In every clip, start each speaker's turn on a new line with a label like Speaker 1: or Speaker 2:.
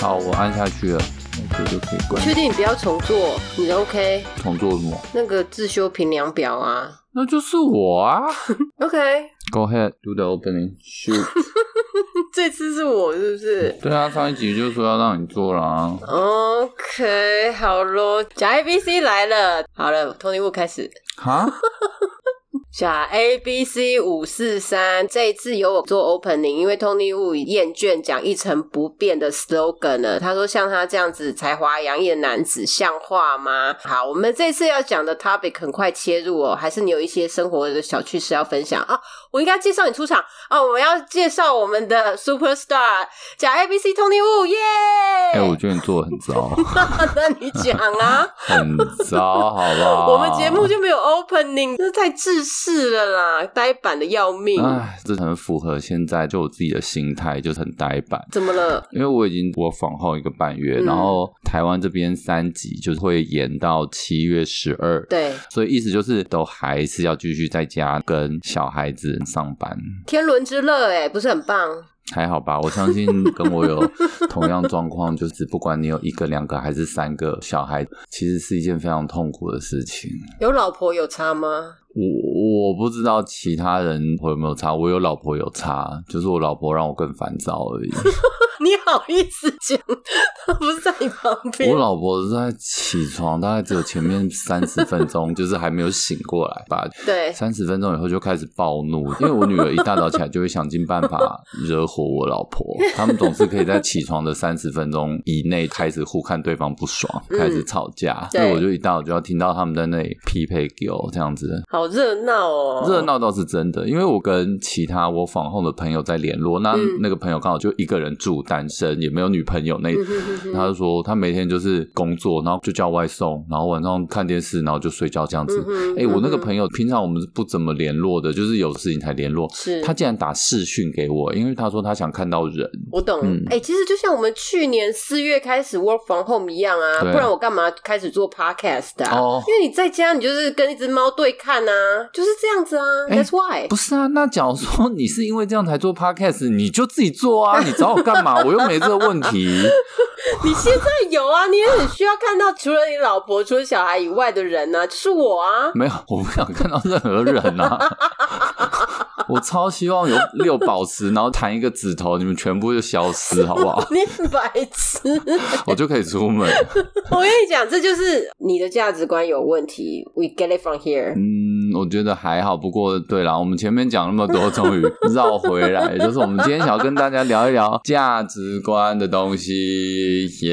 Speaker 1: 好，我按下去了，那个就可以关
Speaker 2: 确定你不要重做，你的 OK
Speaker 1: 重做什么？
Speaker 2: 那个自修评量表啊
Speaker 1: 那就是我啊。
Speaker 2: ，OK，
Speaker 1: Go ahead, do the opening, shoot 。
Speaker 2: 这次是我是不是
Speaker 1: 对啊，上一集就说要让你做了啊。
Speaker 2: ？OK，好咯，小 A B C 来了，好了，Tony Wu 开始，
Speaker 1: 哈，
Speaker 2: 小 A B C 五四三，这一次由我做 opening，因为 Tony Wu 已厌倦讲一成不变的 slogan 了，他说像他这样子才华洋溢的男子像话吗？好，我们这次要讲的 topic 很快切入哦，还是你有一些生活的小趣事要分享啊？我应该介绍你出场哦，我们要介绍我们的 super star 假 A B C Tony Wu 耶！
Speaker 1: 哎、 我觉得你做的很 糟，
Speaker 2: 那你讲啊，
Speaker 1: 很糟，好不 好？
Speaker 2: 我们节目就没有 opening，这太自私了啦，呆板的要命。
Speaker 1: 哎，这很符合现在就我自己的心态，就是很呆板。
Speaker 2: 怎么了？
Speaker 1: 因为我已经我访后一个半月，
Speaker 2: 嗯
Speaker 1: 然后台湾这边三级就是会延到七月十二，
Speaker 2: 对，
Speaker 1: 所以意思就是都还是要继续在家跟小孩子上班，
Speaker 2: 天伦之乐，哎，不是很棒？
Speaker 1: 还好吧？我相信跟我有同样状况，就是不管你有一个、两个还是三个小孩，其实是一件非常痛苦的事情。
Speaker 2: 有老婆有差吗？
Speaker 1: 我我不知道其他人会有没有差，我有老婆有差，就是我老婆让我更烦躁而已。
Speaker 2: 你好意思讲？ 他不是在你旁边
Speaker 1: 我，老婆在起床，大概只有前面三十分钟， 就是还没有醒过来吧。
Speaker 2: 对，
Speaker 1: 三十分钟以后就开始暴怒，因为我女儿一大早起来就会想尽办 法惹火我老婆。他们总是可以在起床的三十分钟以内开始互看对方不爽，
Speaker 2: 嗯
Speaker 1: 开始吵架。
Speaker 2: 对
Speaker 1: 所以我就一大早就要听到他们在那里匹配给我这样子。
Speaker 2: 好热闹哦，
Speaker 1: 热。闹倒是真的，因为我跟其他我访后的朋友在联络，那
Speaker 2: 嗯
Speaker 1: 那个朋友刚好就一个人住，单身，也没有女朋友那
Speaker 2: 嗯哼哼哼
Speaker 1: 他就说他每天就是工作，然后就叫外送，然后晚上看电视，然后就睡觉这样子
Speaker 2: 嗯。哼
Speaker 1: 哎、我那个
Speaker 2: 嗯哼
Speaker 1: 朋友平常我们是不怎么联络的，就是有事情才联络。
Speaker 2: 是
Speaker 1: 他竟然打视讯给我，因为他说他想看到人。
Speaker 2: 我懂，哎、
Speaker 1: 嗯
Speaker 2: 其实就像我们去年四月开始 work from home 一样啊，
Speaker 1: 对
Speaker 2: 不然我干嘛开始做 podcast 啊？
Speaker 1: 哦
Speaker 2: 因为你在家，你就是跟一只猫对看啊，就是这样子啊。
Speaker 1: 哎
Speaker 2: That's why，
Speaker 1: 不是啊，那假如说你是因为这样才做 podcast，你就自己做啊，你找我干嘛？我又没这个问题。
Speaker 2: 你现在有啊，你也很需要看到除了你老婆、除了小孩以外的人啊，就是我啊。
Speaker 1: 没有，我不想看到任何人啊！ 我超希望有六宝石，然后弹一个指头，你们全部就消失，好不好？
Speaker 2: 你很白痴！
Speaker 1: 我就可以出门。
Speaker 2: 我跟你讲，这就是你的价值观有问题。We get it from here。
Speaker 1: 嗯，我觉得还好。不过，对啦，我们前面讲那么多，终于绕回 来，就是我们今天想要跟大家聊一聊价值观的东西，耶、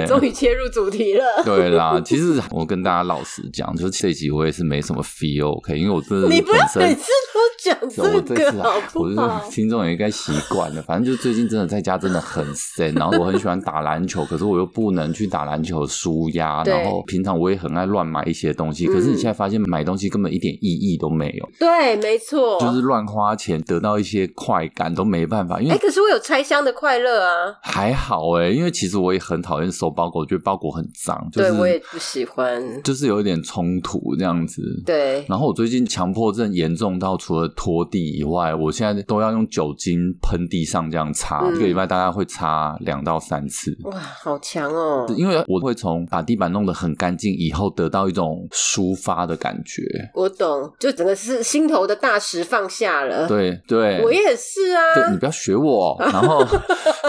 Speaker 2: 耶，终于切入主题了。
Speaker 1: 对啦，其实我跟大家老实讲，就是这一集我也是没什么 feel OK，因为我真的
Speaker 2: 你不要
Speaker 1: 本身
Speaker 2: 每次都讲
Speaker 1: 有嗯 我这
Speaker 2: 个
Speaker 1: 次啊
Speaker 2: 好，
Speaker 1: 我
Speaker 2: 不 好
Speaker 1: 是？听众也应该习惯了。反正就最近真的在家真的很闲，然后我很喜欢打篮球，可是我又不能去打篮球舒压。
Speaker 2: 对
Speaker 1: 然后平常我也很爱乱买一些东西，
Speaker 2: 嗯
Speaker 1: 可是你现在发现买东西根本一点意义都没有，
Speaker 2: 对，没错，
Speaker 1: 就是乱花钱得到一些快感都没办法，因
Speaker 2: 哎、
Speaker 1: 为。
Speaker 2: 可是我有拆箱的快乐啊！
Speaker 1: 还好哎、因为其实我也很讨厌收包裹，我觉得包裹很脏，就是
Speaker 2: 对我也不喜欢。
Speaker 1: 就是有一点冲突这样子。
Speaker 2: 对，
Speaker 1: 然后我最近强迫症严重到除了拖地以外，我现在都要用酒精喷地上这样擦，
Speaker 2: 嗯
Speaker 1: 一个礼拜大概会擦两到三次。
Speaker 2: 哇，好强哦！
Speaker 1: 因为我会从把地板弄得很干净以后，得到一种抒发的感觉。
Speaker 2: 我懂，就整个是心头的大石放下了。，
Speaker 1: 对对，
Speaker 2: 我也啊是啊，
Speaker 1: 对你不要学我。然 后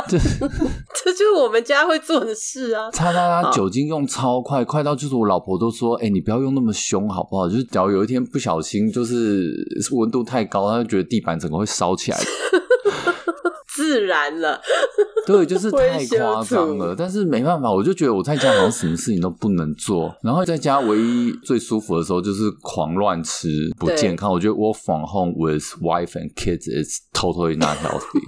Speaker 1: 就是
Speaker 2: 这就是我们家会做的事啊。
Speaker 1: 擦擦擦，酒精用超快，快到就是我老婆都说：“哎、你不要用那么凶好不好？”就是假如有一天不小心就是温度太高，她就觉得地板整个会烧起来。
Speaker 2: 自然了，
Speaker 1: 对，就是
Speaker 2: 我也
Speaker 1: 太
Speaker 2: 羞
Speaker 1: 夸张
Speaker 2: 耻
Speaker 1: 了。但是没办法，我就觉得我在家好像什么事情都不能做，然后在家唯一最舒服的时候就是狂乱吃，不
Speaker 2: 对
Speaker 1: 健康。我觉得 work from home with wife and kids is totally not healthy.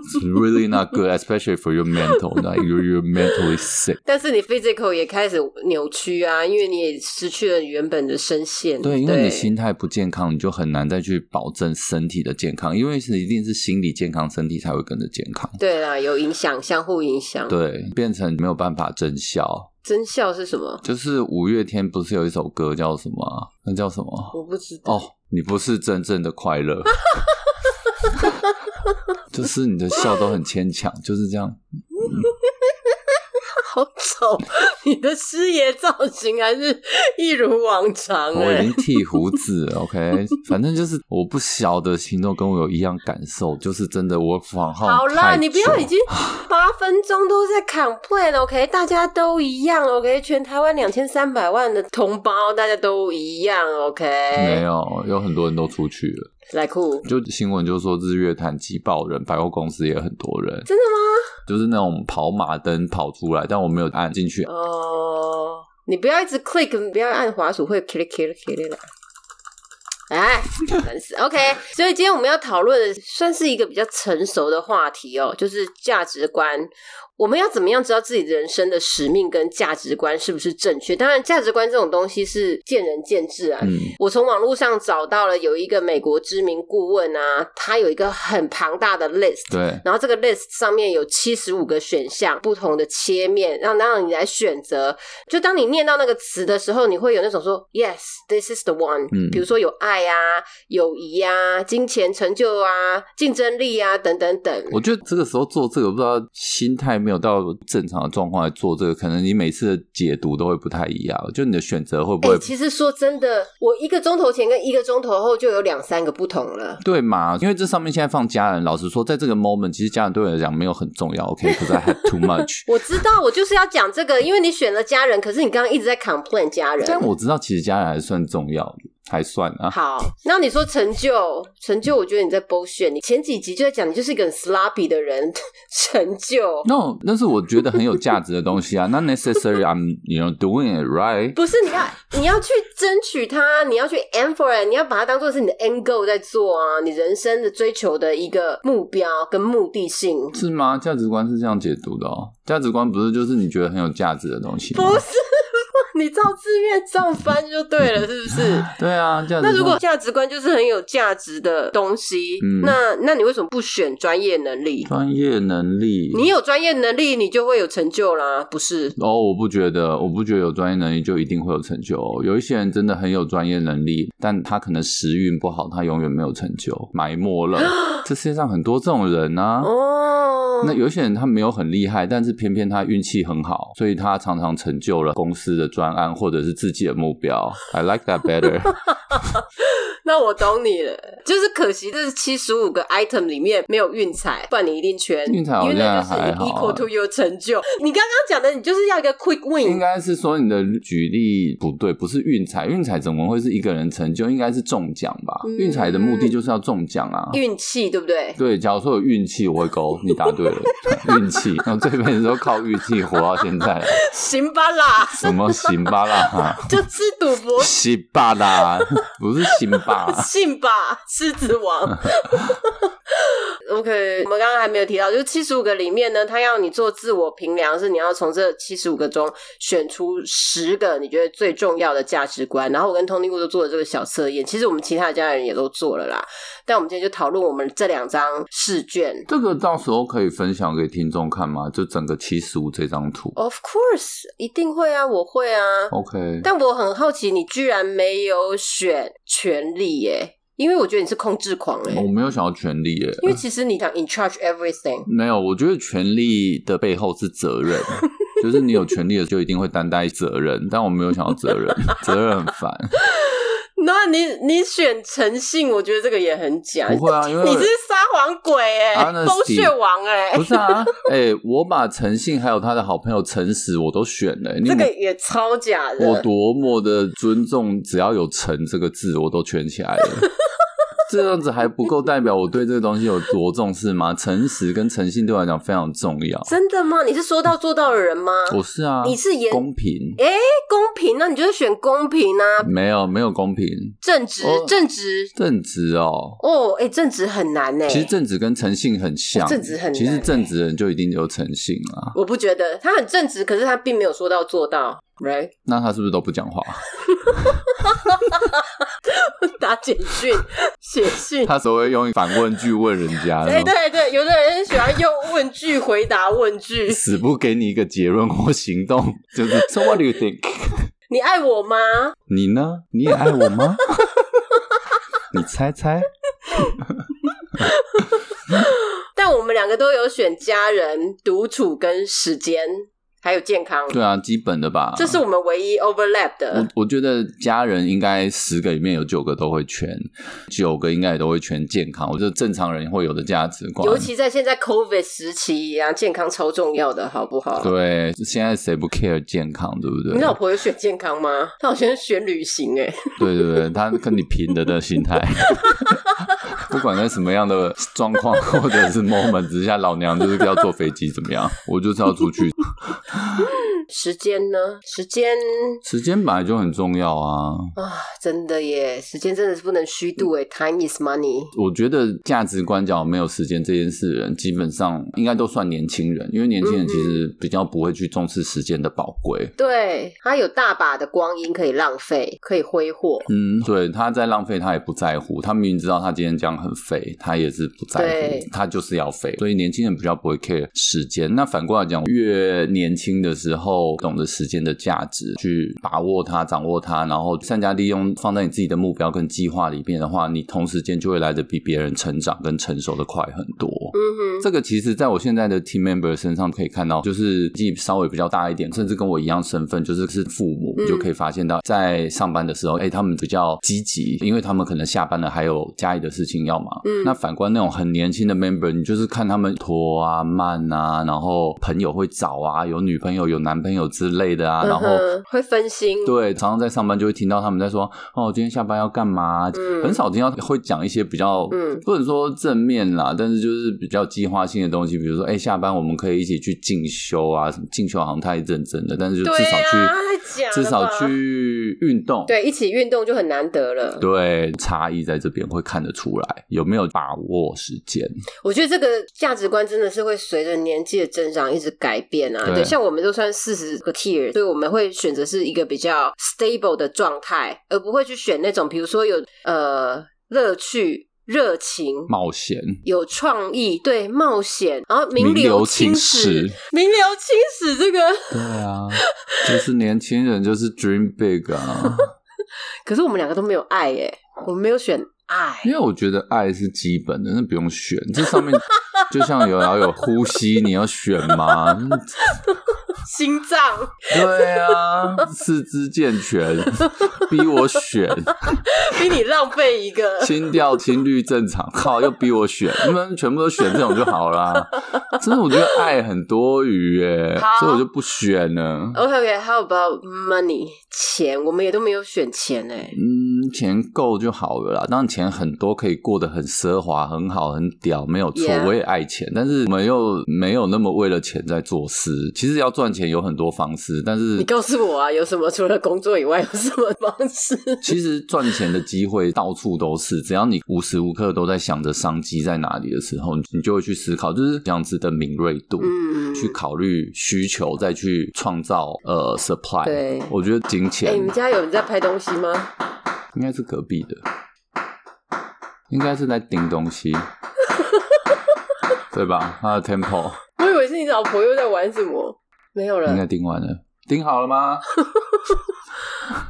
Speaker 1: It's really not good, especially for your mental. Like you're you're mentally sick.
Speaker 2: 但是你 physical 也开始扭曲啊，因为你也失去了原本的声线。
Speaker 1: 对，因为你心态不健康，你就很难再去保证身体的健康，因为是一定是心理健康，身体才会跟着健康。
Speaker 2: 对啦，有影响，相互影响。，
Speaker 1: 对，变成没有办法真效。
Speaker 2: 真相是什么？
Speaker 1: 就是五月天不是有一首歌叫什么啊、那叫什么？
Speaker 2: 我不知道。
Speaker 1: 哦，你不是真正的快 乐，就是你的笑都很牵强，就是这样。嗯
Speaker 2: 丑，你的师爷造型还是一如往常
Speaker 1: 哦我已
Speaker 2: 哎、
Speaker 1: 经剃胡子，OK，反正就是我不晓得听众跟我有一样感受，就是真的我仿号
Speaker 2: 好啦，
Speaker 1: 太
Speaker 2: 你不要
Speaker 1: 久
Speaker 2: 已经八分钟都在 complain，OK，、大家都一样，OK，全台湾两千三百万的同胞，大家都一样
Speaker 1: 没
Speaker 2: ，OK，
Speaker 1: 有，有很多人都出去了，
Speaker 2: 来酷，
Speaker 1: 就新闻就说日月潭挤爆人，百货公司也很多人，
Speaker 2: 真的吗？
Speaker 1: 就是那种跑马灯跑出来，但我没有按进去，
Speaker 2: 哦，你不要一直 click，你不要按滑鼠会 click click click 啦。哎，烦死。OK，所 以今天我们要讨论的算是一个比较成熟的话题哦，就是价值观。我们要怎么样知道自己的人生的使命跟价值观是不是正确？当然，价值观这种东西是见仁见智啊，
Speaker 1: 嗯，
Speaker 2: 我从网络上找到了有一个美国知名顾问啊，他有一个很庞大的 list。
Speaker 1: 对，
Speaker 2: 然后这个 list 上面有七十五个选项，不同的切面，让让你来选择。就当你念到那个词的时候，你会有那种说 “Yes, this is the one”，、
Speaker 1: 嗯
Speaker 2: 比如说有爱啊、友谊啊、金钱成就啊、竞争力啊等等等。
Speaker 1: 我觉得这个时候做这个，不知道心态没有到正常的状况来做这个，可能你每次的解读都会不太一样，就你的选择会不
Speaker 2: 哎、
Speaker 1: 会
Speaker 2: 其实说真的，我一个钟头前跟一个钟头后就有两三个不同了。。
Speaker 1: 对嘛？因为这上面现在放家人，老实说，在这个 moment，其实家人对我来讲没有很重要，OK？可是 I have too much
Speaker 2: 我知道，我就是要讲这个，因为你选了家人，可是你刚刚一直在 complain 家人。
Speaker 1: 但我知道，其实家人还算重要的，还算啊。
Speaker 2: 好，那你说成就，成就，我觉得你在 bullshit。你前几集就在讲，你就是一个很 sloppy 的人， 成就
Speaker 1: No，那是我觉得很有价值的东西啊。Not necessary, I'm you know doing it right。
Speaker 2: 不是你要你要去争取它，你要去 aim for it，你要把它当做是你的 end goal 在做啊，你人生的追求的一个目标跟目的性。
Speaker 1: 是吗？价值观是这样解读的哦。价值观不是就是你觉得很有价值的东西吗
Speaker 2: 不？是， 你照字面上翻就对了，是不 是？
Speaker 1: 对啊，价值观。
Speaker 2: 那如果价值观就是很有价值的东西，
Speaker 1: 嗯
Speaker 2: 那那你为什么不选专业能力？
Speaker 1: 专业能力，
Speaker 2: 你有专业能力，你就会有成就啦，不是？
Speaker 1: 哦，我不觉得，我不觉得有专业能力就一定会有成就、哦。有一些人真的很有专业能力，但他可能时运不好，他永远没有成就，埋没 了。这世界上很多这种人啊。
Speaker 2: 哦，
Speaker 1: 那有一些人他没有很厉害，但是偏偏他运气很好，所以他常常成就了公司的专案或者是自己的目标。I like that better 。
Speaker 2: 那我懂你了，就是可惜这是七十五个 item 里面没有运彩，不然你一定圈。
Speaker 1: 运彩好像
Speaker 2: 因为那就是
Speaker 1: 还好啊
Speaker 2: equal to your 成就。你刚刚讲的，你就是要一个 quick
Speaker 1: 应
Speaker 2: win。
Speaker 1: 该是说你的举例不对，不是运彩，运彩怎么会是一个人成就？应该是中奖吧？
Speaker 2: 嗯
Speaker 1: 运彩的目的就是要中奖啊。
Speaker 2: 运气对不对？
Speaker 1: 对，假如说有运气，我会勾，你答对了，运气。然后这辈子都靠运气活到现在，
Speaker 2: 行吧啦，
Speaker 1: 什么辛巴啦，
Speaker 2: 就吃赌博
Speaker 1: 辛巴啦，不是辛巴，
Speaker 2: 信吧，狮子王。OK，我们刚刚还没有提到，就是七十五个里面呢，他要你做自我评量，是你要从这七十五个中选出十个你觉得最重要的价值观。然后我跟 Tony 姑都做了这个小测验，其实我们其他的家人也都做了啦。但我们今天就讨论我们这两张试卷。
Speaker 1: 这个到时候可以分享给听众看吗？就整个七十五这张图
Speaker 2: Of course，一定会啊，我会啊。
Speaker 1: ，OK，
Speaker 2: 但我很好奇，你居然没有选权利耶，因为我觉得你是控制狂哎、
Speaker 1: 我没有想要权利耶，
Speaker 2: 因为其实你讲 in charge everything，
Speaker 1: 没有，我觉得权利的背后是责任，就是你有权利的就一定会担待责任，但我没有想要责任，责任很烦，
Speaker 2: 那你你选诚信，我觉得这个也很假。
Speaker 1: 不会啊，因为
Speaker 2: 你是撒谎鬼哎、欸，
Speaker 1: Honesty
Speaker 2: 狗血王 哎、
Speaker 1: 不是 啊，哎、我把诚信还有他的好朋友诚实我都选了、欸你
Speaker 2: 这
Speaker 1: 有
Speaker 2: 个也超假的。
Speaker 1: 我多么的尊重，只要有“诚”这个字，我都圈起来 了。这样子还不够代表我对这个东西有多重视吗？诚实跟诚信对我来讲非常重要。
Speaker 2: 真的吗？你是说到做到的人吗？
Speaker 1: 我是啊，
Speaker 2: 你是严
Speaker 1: 公平？
Speaker 2: 公平，啊那你就是选公平啊，
Speaker 1: 没有没有公平，
Speaker 2: 正直
Speaker 1: 哦，
Speaker 2: 正直。
Speaker 1: 正直哦。
Speaker 2: 哦，哎、正直很难呢、
Speaker 1: 其实正直跟诚信很像，
Speaker 2: 哦正直很难
Speaker 1: 其实正直的人就一定有诚信啊。
Speaker 2: 我不觉得他很正直，可是他并没有说到做到。Right，
Speaker 1: 那他是不是都不讲话？
Speaker 2: 打 简讯、写信。
Speaker 1: 他只会用反问句问人家，
Speaker 2: 哎、对对，有的人喜欢用问句回答问句。
Speaker 1: 死不给你一个结论或行动， 就是 So what do you think？
Speaker 2: 你爱我吗？
Speaker 1: 你呢？你也爱我吗？ 你猜猜？
Speaker 2: 但我们两个都有选家人、独处跟时间。还有健康，
Speaker 1: 对啊，基本的吧。
Speaker 2: 这是我们唯一 overlap 的
Speaker 1: 我。我觉得家人应该十个里面有九个都会圈，九个应该也都会圈健康，我觉得正常人会有的价值观。
Speaker 2: 尤其在现在 COVID 时期一样，健康超重要的，好不好？
Speaker 1: 对，现在谁不 care 健康，对不对？
Speaker 2: 你老婆有选健康吗？她好像选旅行哎、
Speaker 1: 对对对，他跟你拼的的心态， 不管在什么样的状况或者是 moment 之下，老娘就是要坐飞机怎么样，我就是要出去。
Speaker 2: 时间呢？时间
Speaker 1: 时间本来就很重要啊，
Speaker 2: 啊，真的耶，时间真的是不能虚度
Speaker 1: 嗯
Speaker 2: 哎、t i m e is money。
Speaker 1: 我觉得价值观讲没有时间这件事的人，基本上应该都算年轻人，因为年轻人其实比较不会去重视时间的宝贵。
Speaker 2: 对，他有大把的光阴可以浪费，可以挥霍。
Speaker 1: 嗯，对，他在浪费，他也不在乎。他明明知道他今天这样很废，他也是不在
Speaker 2: 对
Speaker 1: 乎，他就是要废。所以年轻人比较不会 care 时间。那反过来讲，越年轻的时候，懂得时间的价值，去把握它、掌握它，然后善加利用，放在你自己的目标跟计划里面的话，你同时间就会来得比别人成长跟成熟的快很多。
Speaker 2: 嗯哼，
Speaker 1: 这个其实在我现在的 team member 身上可以看到，就是年纪稍微比较大一点，甚至跟我一样身份，就是是父母，
Speaker 2: 嗯
Speaker 1: 你就可以发现到，在上班的时候，哎，他们比较积极，因为他们可能下班了还有家里的事情要忙。
Speaker 2: 嗯
Speaker 1: 那反观那种很年轻的 member，你就是看他们拖啊、慢啊，然后朋友会找啊，有女朋友、有男朋友之类的啊，然后
Speaker 2: 嗯哼会分心。
Speaker 1: 对，常常在上班就会听到他们在说：“哦，今天下班要干嘛？”
Speaker 2: 嗯
Speaker 1: 很少听到会讲一些比较，
Speaker 2: 嗯
Speaker 1: 不能说正面啦，但是就是比较计划性的东西，比如说，哎、下班我们可以一起去进修啊，什么进修好像太认真了，但是就
Speaker 2: 对
Speaker 1: 至少去，
Speaker 2: 啊，太假了
Speaker 1: 至少
Speaker 2: 吧
Speaker 1: 去运动。
Speaker 2: 对一起运动就很难得了。
Speaker 1: 对，差异在这边会看得出来，有没有把握时间？
Speaker 2: 我觉得这个价值观真的是会随着年纪的增长一直改变啊。
Speaker 1: 对
Speaker 2: 对，像我们都算四十个 tier，所以我们会选择是一个比较 stable 的状态，而不会去选那种比如说有呃乐趣、热情。
Speaker 1: 冒险，
Speaker 2: 有创意，对冒险，然后名
Speaker 1: 名
Speaker 2: 流
Speaker 1: 流
Speaker 2: 青
Speaker 1: 青
Speaker 2: 史
Speaker 1: 史，
Speaker 2: 名流青史这个，
Speaker 1: 对啊，就是年轻人就是 dream big 啊。
Speaker 2: 可是我们两个都没有爱耶，我们没有选爱，
Speaker 1: 因为我觉得爱是基本的，那不用选。这上面就像有要有呼吸，你要选吗？
Speaker 2: 心脏，
Speaker 1: 对啊，四肢健全，逼我选，
Speaker 2: 比你浪费一个，
Speaker 1: 心跳心率正常，靠，又逼我选，你们全部都选这种就好啦。真的，我觉得爱很多余耶
Speaker 2: 好，
Speaker 1: 所以我就不选了。
Speaker 2: OK OK，How、about money？钱，我们也都没有选钱哎、
Speaker 1: 嗯，钱够就好了啦。当然，钱很多可以过得很奢华、很好、很屌，没有错。
Speaker 2: Yeah
Speaker 1: 我也爱钱，但是我们又没有那么为了钱在做事。其实要赚钱有很多方式，但
Speaker 2: 你
Speaker 1: 是
Speaker 2: 告诉我啊，有什么除了工作以外有什么方 式？
Speaker 1: 其实赚钱的机会到处都是。只要你无时无刻都在想着商机在哪里的时候，你你就会去思考，就是这样子的敏锐度。
Speaker 2: 嗯，
Speaker 1: 去考虑需求，再去创造呃 supply。
Speaker 2: 对
Speaker 1: 我觉得金
Speaker 2: 哎、
Speaker 1: 钱
Speaker 2: 你们家有人在拍东西吗？
Speaker 1: 应该是隔壁的，应该是在盯东 西，对吧？他的 tempo
Speaker 2: 我以为是你老婆又在玩什么，没有
Speaker 1: 应
Speaker 2: 了
Speaker 1: 该。盯完了，盯好了吗？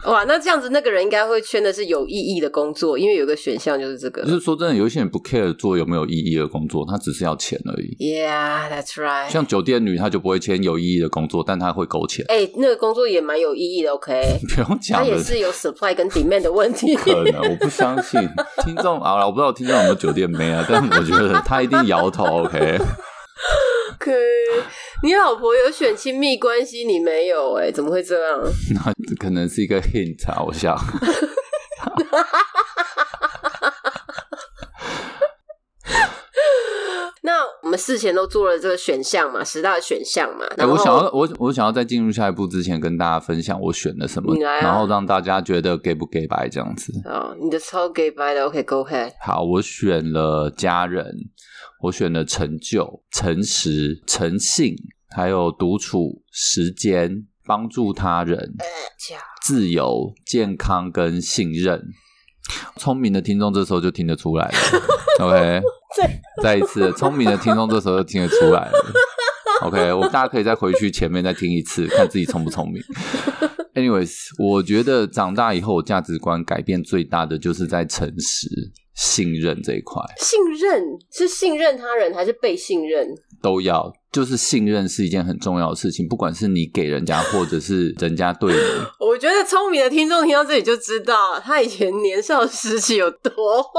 Speaker 2: 哇，那这样子那个人应该会圈的是有意义的工作，因为有个选项就是这个
Speaker 1: 就。是说真的，有一些人不 care 做有没有意义的工作，他只是要钱而已。
Speaker 2: Yeah，that's right。
Speaker 1: 像酒店女，她就不会签有意义的工作，但她会勾钱，
Speaker 2: 哎、那个工作也蛮有意义的，OK。
Speaker 1: 不用
Speaker 2: 它
Speaker 1: 讲
Speaker 2: 也
Speaker 1: 了。
Speaker 2: 是有 supply 跟 demand 的问题。
Speaker 1: 可能我不相信听众好了，我不知道听众有没有酒店妹啊，但我觉得她一定摇头。OK，
Speaker 2: OK，你老婆有选亲密关系，你没有哎、怎么会这样？
Speaker 1: 那可能是一个 hint 啊，我想。
Speaker 2: 那我们事前都做了这个选项嘛，十大的选项嘛。
Speaker 1: 哎、
Speaker 2: 然后
Speaker 1: 我想要我我想要在进入下一步之前跟大家分享我选了什么，
Speaker 2: 你来啊
Speaker 1: 然后让大家觉得给不给白这样子。
Speaker 2: 哦，你的超 gay 白的，OK，Go、ahead。
Speaker 1: 好，我选了家人，我选了成就、诚实、诚信，还有独处时间、帮助他人、
Speaker 2: 假
Speaker 1: 自由、健康跟信任。聪明的听众这时候就听得出来了 ，OK
Speaker 2: 这。
Speaker 1: 再一次，聪明的听众这时候就听得出来了。OK，我大家可以再回去前面再听一次，看自己聪不聪明。Anyways，我觉得长大以后，我价值观改变最大的就是在诚实、信任这一块
Speaker 2: 信任是信任他人还是被信任？
Speaker 1: 都要。就是信任是一件很重要的事情，不管是你给人家，或者是人家对你。
Speaker 2: 我觉得聪明的听众听到这里就知道他以前年少时期有多坏，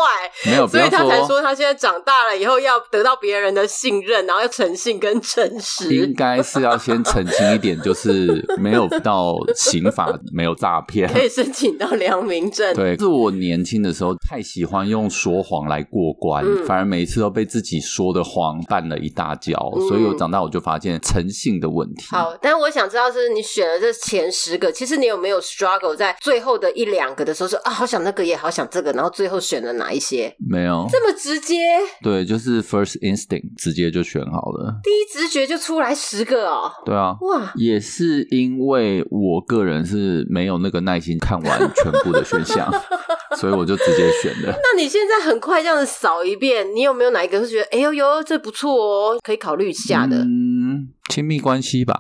Speaker 1: 没啊有，不
Speaker 2: 所
Speaker 1: 要
Speaker 2: 以他才
Speaker 1: 说
Speaker 2: 说他现在长大了以后要得到别人的信任，然后要诚信跟诚
Speaker 1: 应
Speaker 2: 实。
Speaker 1: 该是要先澄清一点，就是没有到刑法没有诈骗。
Speaker 2: 可以申请到良民证，
Speaker 1: 对，是我年轻的时候太喜欢用说谎来过关，
Speaker 2: 嗯
Speaker 1: 反而每一次都被自己说的谎绊了一大跤。
Speaker 2: 嗯
Speaker 1: 所以我长大我就发现诚信的问题。
Speaker 2: 好，但我想知道，是你选了这前十个，其实你有没有 struggle 在最后的一两个的时候说啊，好想那个，也好想这个，然后最后选了哪一些？
Speaker 1: 没有，
Speaker 2: 这么直接，
Speaker 1: 对，就是 first instinct 直接就选好了。
Speaker 2: 第一直觉就出来十个哦，
Speaker 1: 对啊，
Speaker 2: 哇！
Speaker 1: 也是因为我个人是没有那个耐心看完全部的选 项，所以我就直接选了。
Speaker 2: 那你现在很快这样子扫一遍，你有没有哪一个是觉得，哎呦呦，这不错哦，可以考虑一下的？
Speaker 1: 嗯，亲密关系 吧。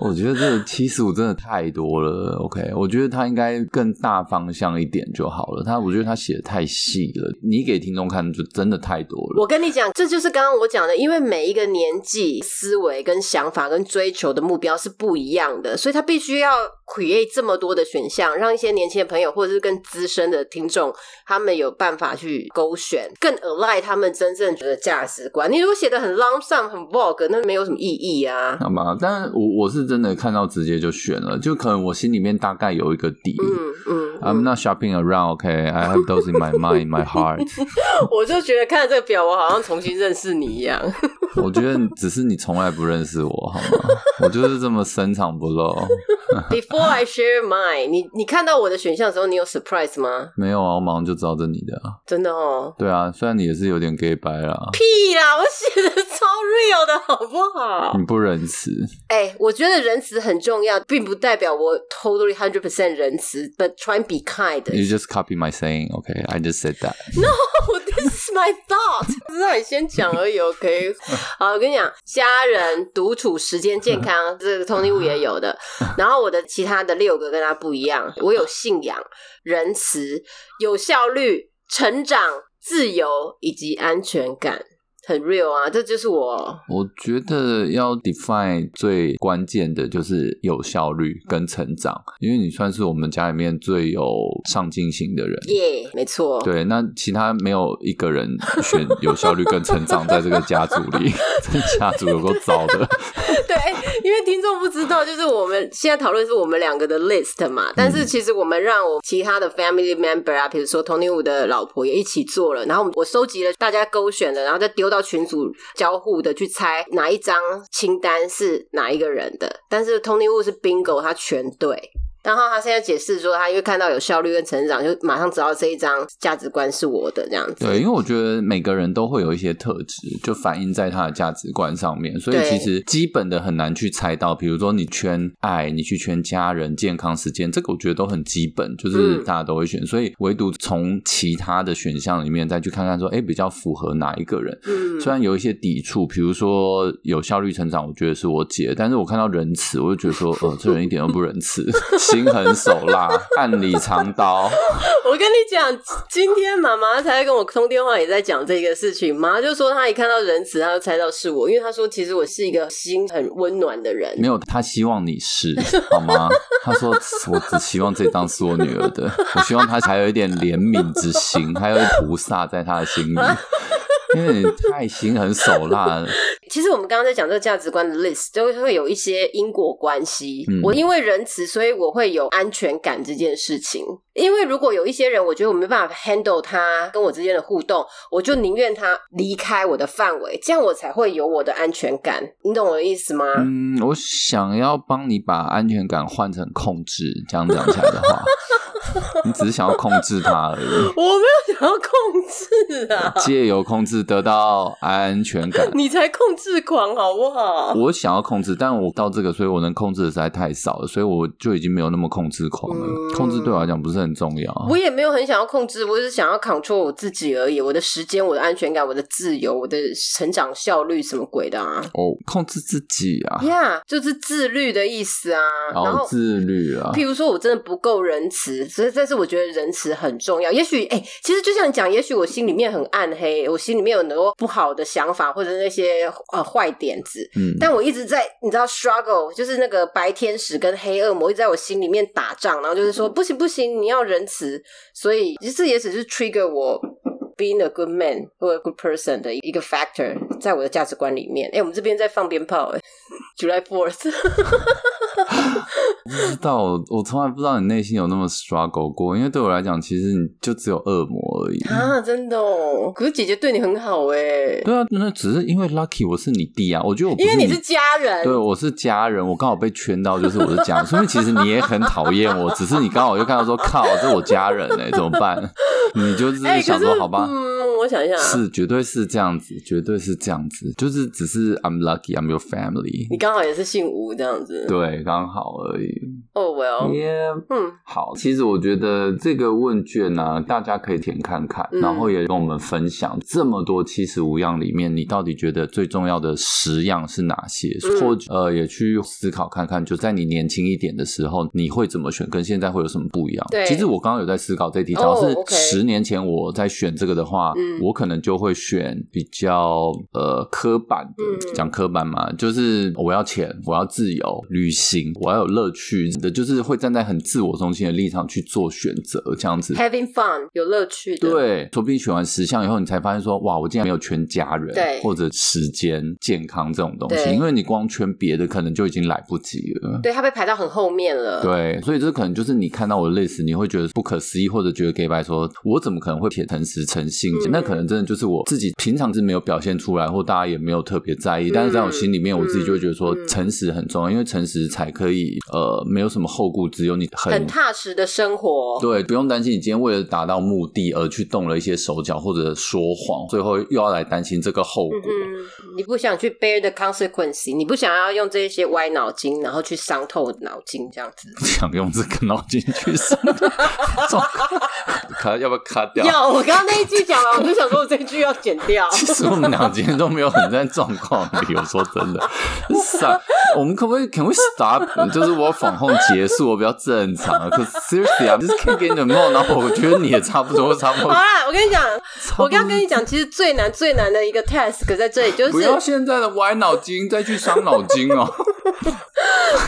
Speaker 1: 我觉得这七十五真的太多了。OK，我觉得他应该更大方向一点就好了。他我觉得他写的太细了，你给听众看就真的太多了。
Speaker 2: 我跟你讲，这就是刚刚我讲的，因为每一个年纪、思维、跟想法、跟追求的目标是不一样的，所以他必须要 create 这么多的选项，让一些年轻的朋友或者是更资深的听众，他们有办法去勾选，更 align 他们真正觉得价值观。你如果写的很 long sum、很 vogue，那没有什么意义啊。
Speaker 1: 好吧，但我我是真的看到直接就选了，就可能我心里面大概有一个底。
Speaker 2: 嗯嗯，
Speaker 1: I'm
Speaker 2: 嗯
Speaker 1: not shopping around, okay? I have those in my mind, my heart.
Speaker 2: 我就觉得看了这个表，我好像重新认识你一样。
Speaker 1: 我觉得只是你从来不认识我，好吗？我就是这么深藏不露。
Speaker 2: Before I share mine，你你看到我的选项的时候，你有 surprise 吗？
Speaker 1: 没有啊，我马上就知道这你的啊。
Speaker 2: 真的哦。
Speaker 1: 对啊，虽然你也是有点 gay 白啦，
Speaker 2: 屁啦！我写的超 real 的好不好？
Speaker 1: 你不仁慈。
Speaker 2: 哎、我觉得仁慈很重要，并不代表我 totally hundred percent 仁慈，but try and be kind.
Speaker 1: You just copy my saying, okay? I just said that.
Speaker 2: Oh, this is my thought. 只是让你先讲而已，OK？好，我跟你讲，家人独处时间健康，这个 Tony Wu 也有的。然后我的其他的六个跟他不一样，我有信仰、仁慈、有效率、成长、自由以及安全感，很 real 啊！这就是我。
Speaker 1: 我觉得要 define 最关键的就是有效率跟成长，因为你算是我们家里面最有上进心的人。
Speaker 2: 耶、没错，
Speaker 1: 对，那其他没有一个人选有效率跟成长在这个家族里，这家族有够糟的。
Speaker 2: 对，因为听众不知道，就是我们现在讨论是我们两个的 list 嘛，但
Speaker 1: 嗯
Speaker 2: 是其实我们让我其他的 family member 啊，比如说 Tony Wu 的老婆也一起做了，然后我们我收集了大家勾选的，然后再丢到群组交互的去猜哪一张清单是哪一个人的，但是 Tony Wu 是 bingo，他全对。然后他现在解释说，他因为看到有效率跟成长，就马上知道这一张价值观是我的这样子。
Speaker 1: 对，因为我觉得每个人都会有一些特质，就反映在他的价值观上面，所以
Speaker 2: 对
Speaker 1: 其实基本的很难去猜到。比如说你圈爱，你去圈家人、健康、时间，这个我觉得都很基本，就是
Speaker 2: 嗯
Speaker 1: 大家都会选。所以唯独从其他的选项里面再去看看说，哎，比较符合哪一个人。
Speaker 2: 嗯，
Speaker 1: 虽然有一些抵触，比如说有效率成长，我觉得是我姐，但是我看到仁慈，我就觉得说，呃，这人一点都不仁慈， 心狠手辣，暗里藏刀。
Speaker 2: 我跟你讲，今天妈妈才在跟我通电话，也在讲这个事情。妈就说她一看到仁慈，她就猜到是我，因为她说其实我是一个心很温暖的人。
Speaker 1: 没有，他希望你是 好吗？他说我只希望这张是我女儿的，我希望她还有一点怜悯之心，还有菩萨在她的心里，因为你太心狠手辣了。
Speaker 2: 其实我们刚刚在讲这个价值观的 list，就会有一些因果关系。
Speaker 1: 嗯
Speaker 2: 我因为仁慈，所以我会有安全感这件事情。因为如果有一些人，我觉得我没办法 handle 他跟我之间的互动，我就宁愿他离开我的范围，这样我才会有我的安全感。你懂我的意思吗？
Speaker 1: 嗯，我想要帮你把安全感换成控制，这样讲起来的话，你只是想要控制他而已，
Speaker 2: 我没有想要控制啊。
Speaker 1: 借由控制得到安全感。
Speaker 2: 你才控制狂好不好？
Speaker 1: 我想要控制，但我到这个，所以我能控制的实在太少了，所以我就已经没有那么控制狂了。
Speaker 2: 嗯
Speaker 1: 控制对我来讲不是很重要。啊
Speaker 2: 我也没有很想要控制，我只是想要 control 我自己而已。我的时间、我的安全感、我的自由、我的成长效率，什么鬼的啊
Speaker 1: 哦，控制自己啊，
Speaker 2: ？Yeah，就是自律的意思啊。
Speaker 1: 然
Speaker 2: 然
Speaker 1: 后
Speaker 2: 后，
Speaker 1: 自律啊，
Speaker 2: 譬如说，我真的不够仁慈，所以但是我觉得仁慈很重要。也许哎、其实就像你讲，也许我心里面很暗黑，我心里面有很多不好的想法或者那些呃坏点子，
Speaker 1: 嗯，
Speaker 2: 但我一直在，你知道 struggle 就是那个白天使跟黑恶魔一直在我心里面打仗，然后就是
Speaker 1: 嗯
Speaker 2: 说不行不行，你要仁慈，所以其实这也只是 trigger 我 being a good man 或 a good person 的一个 factor，在我的价值观里面。哎、我们这边在放鞭炮、哎，July Fourth，
Speaker 1: 不知道，我从来不知道你内心有那么 struggle 过，因为对我来讲，其实你就只有恶魔而已。
Speaker 2: 啊，真的哦，可是姐姐对你很好哎、
Speaker 1: 对啊，那只是因为 lucky 我是你弟啊，我觉得我不
Speaker 2: 因为你
Speaker 1: 你
Speaker 2: 是家人，
Speaker 1: 对，我是家人，我刚好被圈到，就是我是家人， 所以其实你也很讨厌 我，只是你刚好就看到说，靠，这我家人哎、怎么办？你就是
Speaker 2: 哎、可
Speaker 1: 想
Speaker 2: 是
Speaker 1: 说，好吧，
Speaker 2: 嗯，我想一下啊，
Speaker 1: 是绝对是这样子，绝对是这样子，就是只是 I'm lucky, I'm your
Speaker 2: 你
Speaker 1: family，
Speaker 2: 刚好也是姓吴这样子，
Speaker 1: 对，刚好而已。
Speaker 2: 哦、well，
Speaker 1: 耶，
Speaker 2: 嗯，
Speaker 1: 好，其实我觉得这个问卷呢、大家可以填看看，
Speaker 2: 嗯
Speaker 1: 然后也跟我们分享这么多七十五样里面，你到底觉得最重要的十样是哪些？
Speaker 2: 嗯
Speaker 1: 或者呃，也去思考看看，就在你年轻一点的时候，你会怎么选，跟现在会有什么不一样？
Speaker 2: 对
Speaker 1: 其实我刚刚有在思考这题，只
Speaker 2: 哦
Speaker 1: 要是
Speaker 2: OK
Speaker 1: 十年前我在选这个的话，
Speaker 2: 嗯
Speaker 1: 我可能就会选比较呃刻板的，
Speaker 2: 嗯
Speaker 1: 讲刻板嘛，就是我要钱，我要自由旅行，我要有乐趣的，就是会站在很自我中心的立场去做选择，这样子。
Speaker 2: having fun 有乐趣的，
Speaker 1: 对，说不定选完十项以后，你才发现说，哇，我竟然没有圈家人，
Speaker 2: 对
Speaker 1: 或者时间、健康这种东西，
Speaker 2: 对
Speaker 1: 因为你光圈别的，可能就已经来不及了。
Speaker 2: 对，他被排到很后面了。
Speaker 1: 对，所以这可能就是你看到我的 list，你会觉得不可思议，或者觉得 gay 白说，我怎么可能会铁诚实诚信？
Speaker 2: 嗯
Speaker 1: 那可能真的就是我自己平常是没有表现出来，或大家也没有特别在意，但是在我心里面，我自己就会觉得说
Speaker 2: 嗯，嗯
Speaker 1: 诚实很重要，因为诚实才可以呃，没有什么后顾之忧，你
Speaker 2: 很踏实的生活。
Speaker 1: 对，不用担心你今天为了达到目的而去动了一些手脚，或者说谎，最后又要来担心这个后果。
Speaker 2: 嗯，你不想去 bear the consequence，你不想要用这些歪脑筋，然后去伤透脑筋这样子。
Speaker 1: 想用这个脑筋去 上， 卡要不要卡掉？
Speaker 2: 有，我刚刚那一句 讲完，我就想说我这一句要剪掉。
Speaker 1: 其实我们俩今天都没有很在状况里，我说真的，是啊，我们可不可以 can we stop？就是我访控结束，我比较正常。可 seriously，I'm just can't get in the mode。然后我觉得你也差不 多，差不
Speaker 2: 好
Speaker 1: 多。
Speaker 2: 啦，我跟你讲，
Speaker 1: 差不多
Speaker 2: 啊我刚刚跟你讲，其实最难最难的一个 task 在这里就
Speaker 1: 不
Speaker 2: 是
Speaker 1: 要现在的歪脑筋，再去伤脑筋哦。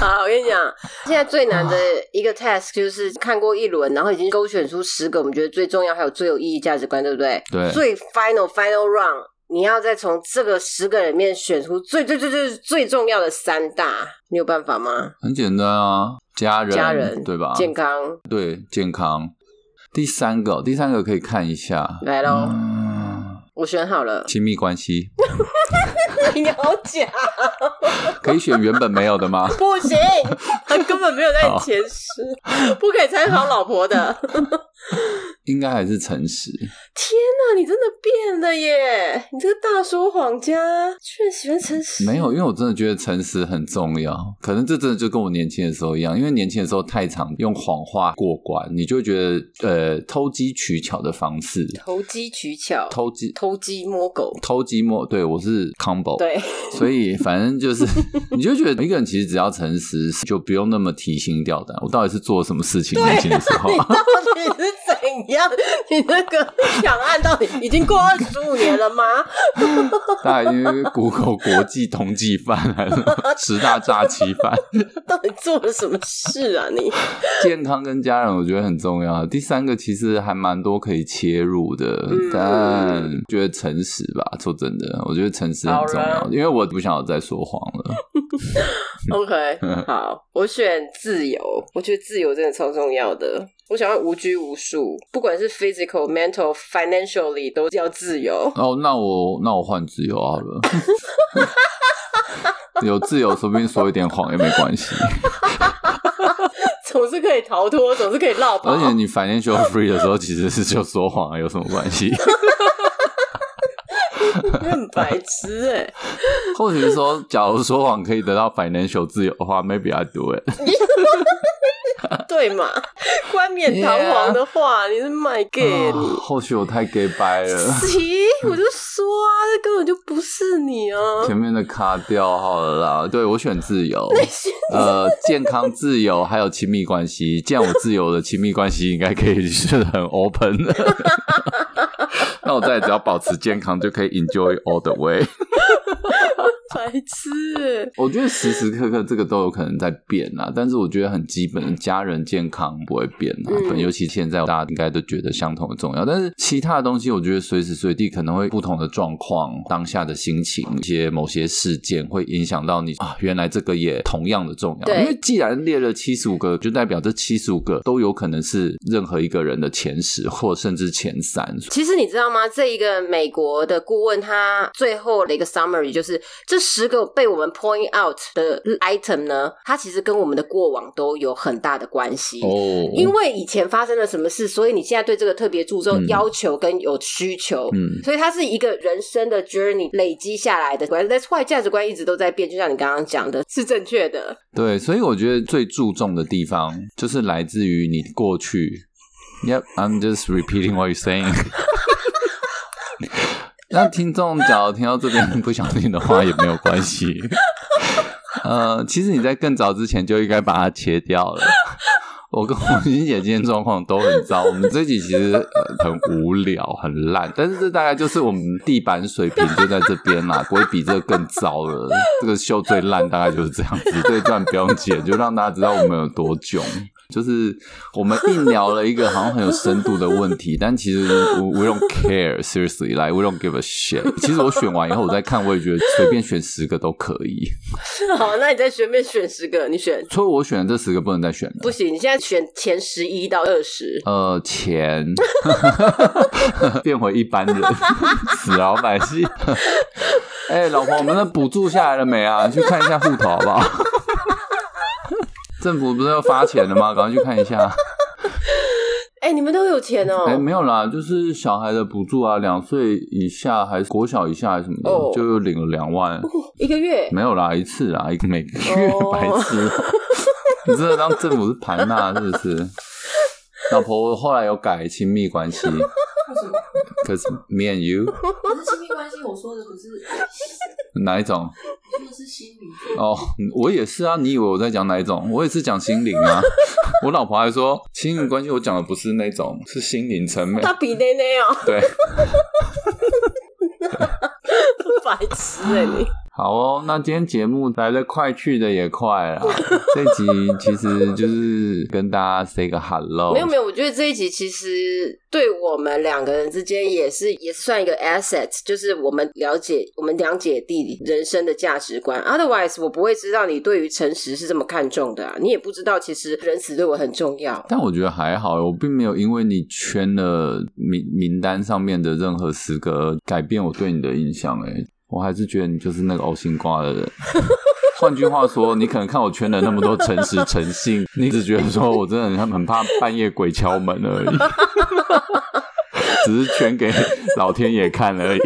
Speaker 2: 好，我跟你讲， 啊现在最难的一个 task 就是看过一轮，然后已经勾选出十个我们觉得最重要还有最有意义价值观，对不对？
Speaker 1: 对
Speaker 2: 最 final final round，你要再从这个十个里面选出最最最最最重要的三大，你有办法吗？
Speaker 1: 很简单啊，家人，
Speaker 2: 家人
Speaker 1: 对吧？
Speaker 2: 健康
Speaker 1: 对健康。第三个，第三个可以看一下。
Speaker 2: 来喽，
Speaker 1: 嗯，。
Speaker 2: 我选好了
Speaker 1: 亲密关系
Speaker 2: 你好假，
Speaker 1: 可以选原本没有的吗？
Speaker 2: 不行，他根本没有在你前十，不可以参考老婆 的。
Speaker 1: 应该还是诚实。
Speaker 2: 天哪，你真的变了耶！你这个大说谎家，居然喜欢诚实？
Speaker 1: 没有，因为我真的觉得诚实很重要。可能这真的就跟我年轻的时候一样，因为年轻的时候太常用谎话过关，你就会觉得呃偷机取巧的方式，
Speaker 2: 投机取巧，
Speaker 1: 偷鸡
Speaker 2: 偷鸡摸狗。
Speaker 1: 偷鸡摸，对我是 combo，
Speaker 2: 对，
Speaker 1: 所以反正就是你就觉得一个人其实只要诚实，就不用那么提心吊胆。我到底是做了什么事情？年轻的时候
Speaker 2: 你。到底是怎样？你那个抢案到底已经过二十五年了吗？
Speaker 1: 大家已经 Google 国际同济犯还是什么 十大诈欺犯，
Speaker 2: 到底做了什么事啊你？
Speaker 1: 健康跟家人我觉得很重要。第三个其实还蛮多可以切入的，
Speaker 2: 嗯
Speaker 1: 但觉得诚实吧，说真的，我觉得诚实很重
Speaker 2: 好
Speaker 1: 要
Speaker 2: 了，
Speaker 1: 因为我不想再说谎了。
Speaker 2: OK，好，我选自由。我觉得自由真的超重要的。我想要无拘无束，不管是 physical、mental、financially 都要自由。
Speaker 1: 哦，那我那我换自由好了。 有自由，说不定说一点谎也没关系。
Speaker 2: 总是可以逃脱，总是可以绕跑。
Speaker 1: 而且你 financial free 的时候，其实是就说谎有什么关系？
Speaker 2: 你很白痴哎、
Speaker 1: 或许说，假如说谎可以得到 financial 自由的话，maybe I do it。
Speaker 2: 对嘛？冠冕堂皇的话你是卖 gay
Speaker 1: 啊
Speaker 2: 你。
Speaker 1: 后续我太 gay 掰 了，
Speaker 2: 急，
Speaker 1: 嗯
Speaker 2: 我就说啊，这根本就不是你啊！
Speaker 1: 前面的卡掉好了啦。对我选自由， 呃，健康自由，还有亲密关系。既然我自由的亲密关系应该可以是很 open 的， 那我再只要保持健康就可以 enjoy all the way。
Speaker 2: 白痴，
Speaker 1: 我觉得时时刻刻这个都有可能在变啊，但是我觉得很基本的家人健康不会变啊，
Speaker 2: 嗯
Speaker 1: 可能尤其现在大家应该都觉得相同的重要，但是其他的东西，我觉得随时随地可能会不同的状况、当下的心情、一些某些事件会影响到你啊，原来这个也同样的重要，
Speaker 2: 对
Speaker 1: 因为既然列了七十五个，就代表这七十五个都有可能是任何一个人的前十或甚至前三，
Speaker 2: 其实你知道吗？这一个美国的顾问，他最后的一个 summary 就是这十个被我们 point out 的 item 呢，它其实跟我们的过往都有很大的关系。
Speaker 1: 哦
Speaker 2: 因为以前发生了什么事，所以你现在对这个特别注重
Speaker 1: 嗯
Speaker 2: 要求跟有需求，
Speaker 1: 嗯
Speaker 2: 所以它是一个人生的 journey 累积下来的。That's why 价值观一直都在变，就像你刚刚讲的，是正确的。
Speaker 1: 对，所以我觉得最注重的地方就是来自于你过去。Yep, I'm just repeating what you're saying. 那听众假如听到这边不想听的话也没有关系。呃，其实你在更早之前就应该把它切掉了。我跟红欣姐今天状况都很糟，我们这集其实、呃、很无聊、很烂，但是这大概就是我们地板水平就在这边啦，不会比这个更糟了。这个秀最烂，大概就是这样子，这一段不用剪，就让大家知道我们有多囧。就是我们硬聊了一个好像很有深度的问题，但其实 we we don't care seriously，来、like, we don't give a shit。其实我选完以后，我再看，我也觉得随便选十个都可以。
Speaker 2: 好，那你再随便选十个，你选
Speaker 1: 所以我选的这十个不能再选了。
Speaker 2: 不行，你现在选前十一到二十。
Speaker 1: 呃，钱 变回一般人，死老百 姓。哎、老婆，我们的补助下来了没啊？去看一下户头好不 好？政府不是要发钱了吗？赶快去看一下。
Speaker 2: 哦哎、你们都有钱哦、
Speaker 1: 哎、没有啦，就是小孩的补助啊，两岁以下还是国小以下还是什么的，
Speaker 2: 哦
Speaker 1: 就领了两万。
Speaker 2: 一个月
Speaker 1: 没有啦，一次啦，一个每个月、
Speaker 2: 哦
Speaker 1: 白痴， 你真的当政府是盘纳是不是？老婆，我后来有改亲密关系
Speaker 3: 为什么？
Speaker 1: ，cause me and you
Speaker 3: 可是亲密关系，我说的不是，我
Speaker 1: 哪一种？
Speaker 3: 说的是心理。
Speaker 1: 哦，我也是啊，你以为我在讲哪一种？我也是讲心灵 啊。我老婆还说亲密关系，我讲的不是那种，是心灵层 面。
Speaker 2: 大比内内哦，
Speaker 1: 对，
Speaker 2: 白痴哎、你！
Speaker 1: 好哦，那今天节目来的快，去的也快啦。这集其实就是跟大家 say 个 hello，
Speaker 2: 没有没有，我觉得这一集其实对我们两个人之间也是也是算一个 asset，就是我们了解我们两姐弟人生的价值观。Otherwise，我不会知道你对于诚实是这么看重的啊，你也不知道其实仁慈对我很重要。
Speaker 1: 但我觉得还好，我并没有因为你圈了名名单上面的任何十个而改变我对你的印象、欸。我还是觉得你就是那个呕心瓜的人。 换句话说，你可能看我圈了那么多诚实诚信，你只觉得说我真的很很怕半夜鬼敲门而已， 只是圈给老天爷看而已。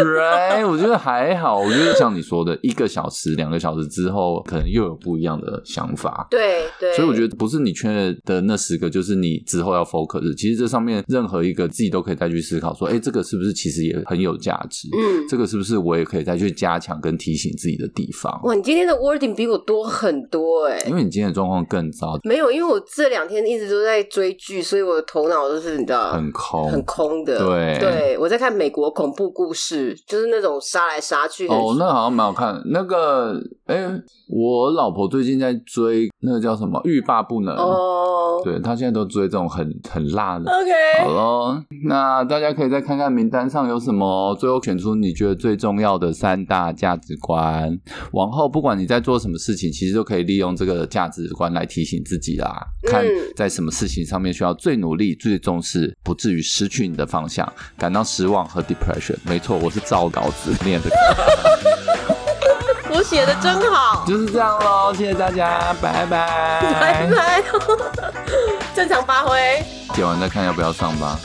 Speaker 1: right，我觉得还好。我觉得像你说的，一个小时、两个小时之后，可能又有不一样的想法。
Speaker 2: 对对，
Speaker 1: 所以我觉得不是你缺的那十个，就是你之后要 focus 的。其实这上面任何一个自己都可以再去思考，说，哎，这个是不是其实也很有价值？
Speaker 2: 嗯，
Speaker 1: 这个是不是我也可以再去加强跟提醒自己的地方？
Speaker 2: 哇，你今天的 wording 比我多很多哎、
Speaker 1: 因为你今天的状况更糟，
Speaker 2: 没有，因为我这两天一直都在追剧，所以我的头脑都是你知道
Speaker 1: 很空。
Speaker 2: 很空的。
Speaker 1: 对
Speaker 2: 我在看美国恐怖故事，就是那种杀来杀去很。
Speaker 1: 哦，那好像蛮好看。那个，哎，我老婆最近在追那个叫什么《欲罢不能》，
Speaker 2: 哦
Speaker 1: 对哦她现在都追这种很很辣的。好
Speaker 2: OK，
Speaker 1: 喽，那大家可以再看看名单上有什么，最后选出你觉得最重要的三大价值观。往后不管你在做什么事情，其实都可以利用这个价值观来提醒自己啦，
Speaker 2: 嗯
Speaker 1: 看在什么事情上面需要最努力、最重视，不至于失去你的方向，感到失望和 depression。没错，我是照稿子念的，
Speaker 2: 我写的真好，
Speaker 1: 就是这样喽。谢谢大家，拜拜。
Speaker 2: 拜拜，正常发挥。
Speaker 1: 剪完再看要不要上吧。